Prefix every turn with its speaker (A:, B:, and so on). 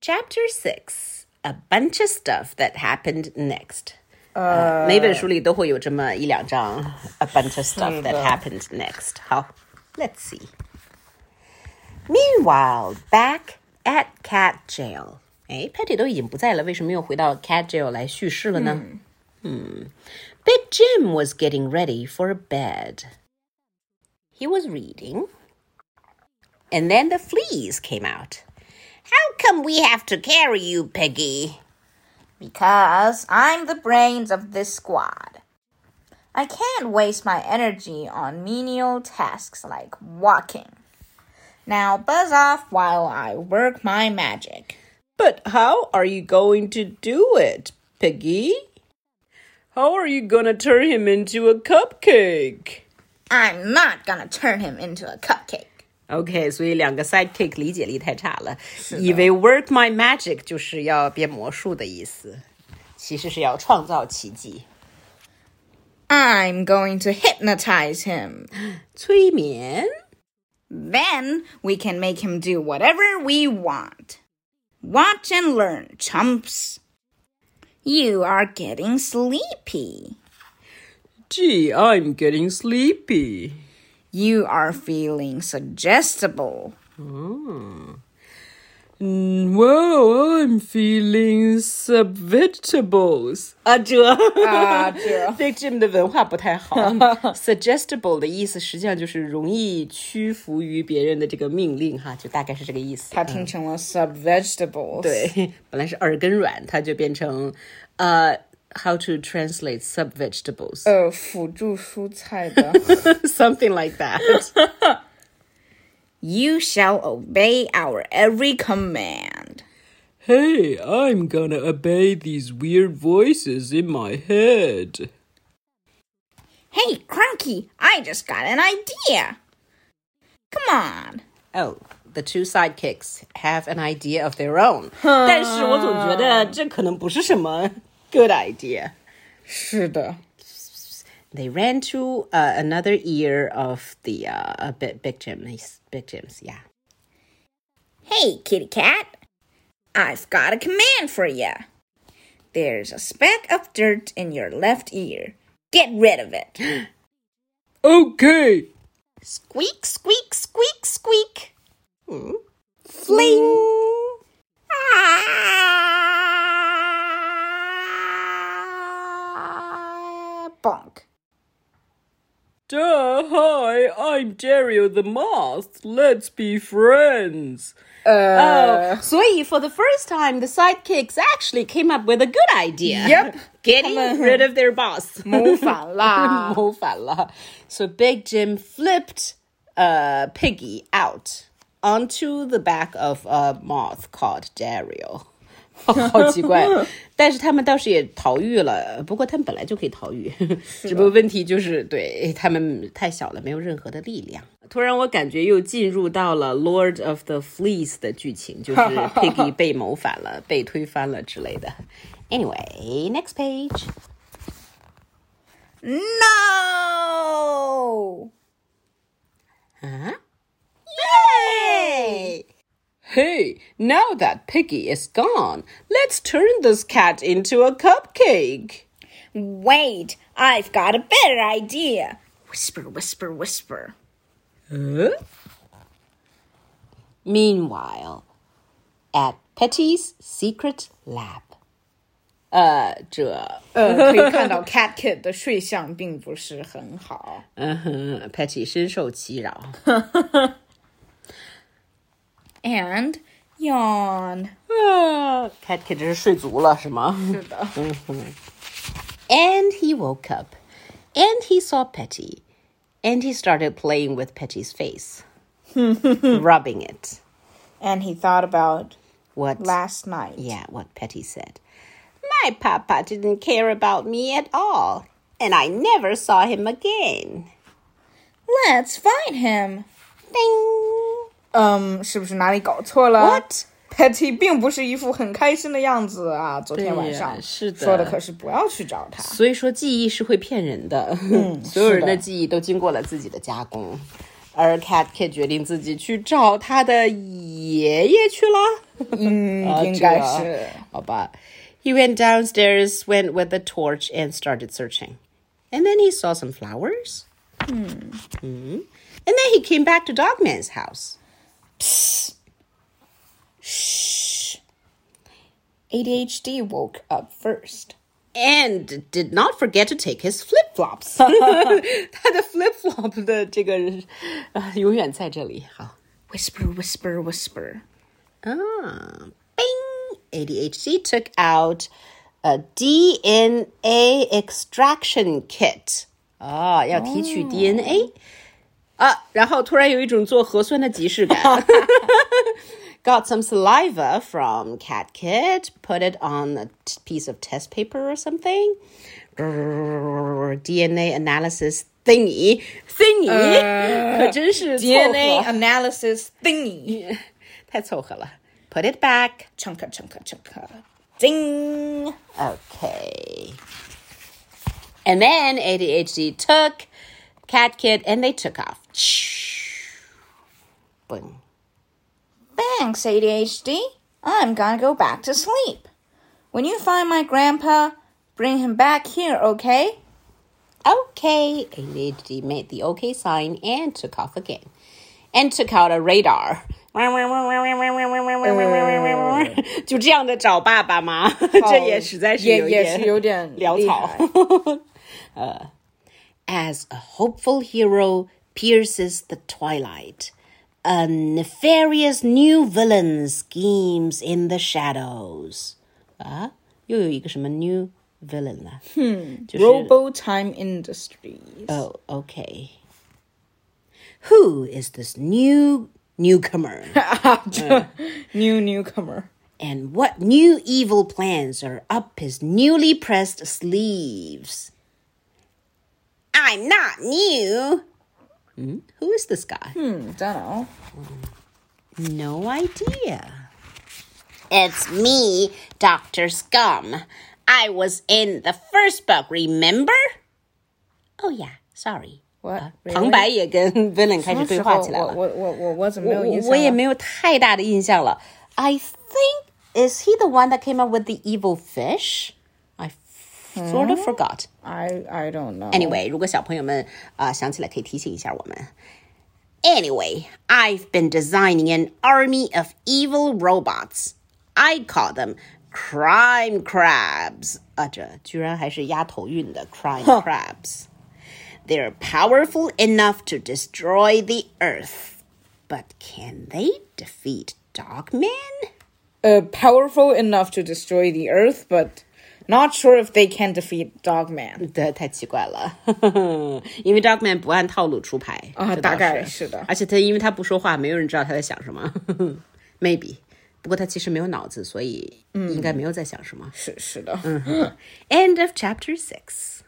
A: Chapter 6 A bunch of stuff that happened next. 呃，每本书里都会有这么一两章，a bunch of stuff that happened next. 好，let's see. Meanwhile, back at cat jail. 哎，Patty 都已经不在了，为什么又回到 cat jail 来叙事了呢？嗯 b i g Jim was getting ready for bed. He was reading. And then the fleas came out. How come we have to carry you, Piggy?
B: Because I'm the brains of this squad. I can't waste my energy on menial tasks like walking. Now buzz off while I work my magic.
A: But how are you going to do it, Piggy? How are you going to turn him into a cupcake?
B: I'm not gonna turn him into a cupcake.
A: OK，所以两个 sidekick 理解力太差了，以为 work my magic 就是要变魔术的意思，其实是要创造奇迹。
B: I'm going to hypnotize him.
A: 催眠
B: Then we can make him do whatever we want. Watch and learn, chumps. You are getting sleepy.
A: Gee, I'm getting sleepy.
B: You are feeling suggestible.
C: Mm,
A: Wow, I'm feeling sub vegetables. 阿哲，
B: 啊 这
A: 对 Jim 的文化不太好。Suggestible 的意思实际上就是容易屈服于别人的这个命令哈，就大概是这个意思。
B: 他听成了 sub vegetables。
A: 对，本来是耳根软，它就变成呃、how to translate sub vegetables
B: 呃，辅助蔬菜的。
A: something like that。
B: you shall obey our every command.
C: Hey, I'm gonna obey these weird voices in my head.
B: Hey, Cranky, I just got an idea. Come on.
A: Oh, the two sidekicks have an idea of their own. 但是我总觉得这可能不是什么 good idea.
B: 是的。
A: They ran to uh, another ear of the uh, big, big Jim's, big Jim's, yeah.
B: Hey, kitty cat. I've got a command for ya. There's a speck of dirt in your left ear. Get rid of it.
C: Okay,
B: Squeak, squeak, squeak, squeak. Fling. Ah, bonk.
C: duh, hi, I'm Dario the Moth. Let's be friends.
A: Oh, so for the first time, the sidekicks actually came up with a good idea.
B: Yep.
A: Getting rid of their boss.
B: 谋反啦
A: So Big Jim flipped uh, Piggy out onto the back of a moth called Dario. 好奇怪，但是他们倒是也逃狱了。不过他们本来就可以逃狱，只不过问题就是对他们太小了，没有任何的力量。突然，我感觉又进入到了《Lord of the Fleas》的剧情，就是 Piggy 被谋反了、被推翻了之类的。Anyway，next page。
B: ！No.
A: 啊
B: Hey.
A: Hey, now that Piggy is gone, let's turn this cat into a cupcake.
B: Wait, I've got a better idea. Whisper, whisper, whisper.
A: Meanwhile, at Petty's secret lab. Uh, 呃，这，
B: 呃，可以看到 Cat Kid 的睡相并不是很好。
A: 嗯哼，Petty uh, 深受其 扰。
B: And yawn.
A: 啊，Cat Kid 真是睡足了，是吗？是的。And he woke up, and he saw Petty, and he started playing with Petty's face, rubbing it.
B: And he thought about
A: What?
B: last night.
A: Yeah, what Petty said. My papa didn't care about me at all, and I never saw him again.
B: Let's find him.
A: Ding!
B: 嗯，是不是哪里搞错了
A: What？
B: Patty 并不是一副很开心的样子啊！昨天晚上、
A: 对呀是的
B: 说的可是不要去找 他。
A: 所以说，记忆是会骗人的，所有人的记忆都经过了自己的加工。而 Cat Kid 决定自己去找他的爷爷去了。 啊，
B: 应
A: 这
B: 该
A: 个
B: 是
A: 好吧。He went downstairs, went with a torch, and started searching. And then he saw some flowers. Hmm. And then he came back to Dogman's house.
B: ADHD woke up first.
A: And did not forget to take his flip flops. 他的 flip flop 的这个呃永远在这里。好
B: Whisper, whisper, whisper.
A: Ah, bing! ADHD took out a DNA extraction kit. 啊，要提取 DNA 啊，然后突然有一种做核酸的即视感。Got some saliva from Cat Kid, put it on a t- piece of test paper or something. DNA analysis thingy thingy，、可真是凑合
B: DNA analysis thingy.
A: 太凑合了。Put it back.
B: Chunka, chunka, chunka. Ding.
A: Okay. And then ADHD took Cat Kid and they took off. Boom.
B: Thanks, ADHD. I'm gonna go back to sleep. When you find my grandpa, bring him back here, okay?
A: Okay. ADHD made the okay sign and took off again. And took out a radar. 就这样的找爸爸吗？这也实在是有一点
B: 也也是有点
A: 潦草。As a hopeful hero pierces the twilight, a nefarious new villain schemes in the shadows. 啊，又有一个什么 new villain 呢、嗯，就是
B: Robo Time Industries.
A: Oh, okay. Who is this new newcomer?
B: New newcomer.
A: and what new evil plans are up his newly pressed sleeves? I'm not new. Hmm? Who is this guy?
B: Hmm, dunno.
A: No idea. It's me, Dr. Scum. I was in the first book, remember? Oh, yeah, sorry.
B: What?
A: 旁白也跟 Villain 开始对话起来了。我我也没有太大的印象了。I think is he the one that came up with the evil fish? I sort of forgot.
B: I I don't know.
A: Anyway，如果小朋友们啊、呃想起来，可以提醒一下我们。Anyway, I've been designing an army of evil robots. I call them crime crabs. 啊，这居然还是押头韵的 crime crabs. They're powerful enough to destroy the earth, but can they defeat Dogman?
B: uh, powerful enough to destroy the Earth, but not sure if they can defeat Dogman.
A: 对，太奇怪了， 因为 Dogman 不按套路出牌
B: 啊
A: 这倒
B: 大概是的
A: 而且他因为他不说话，没有人知道他在想什么 ，maybe。不过他其实没有脑子，所以应该没有在想什么。
B: 嗯是是的。
A: End of chapter six.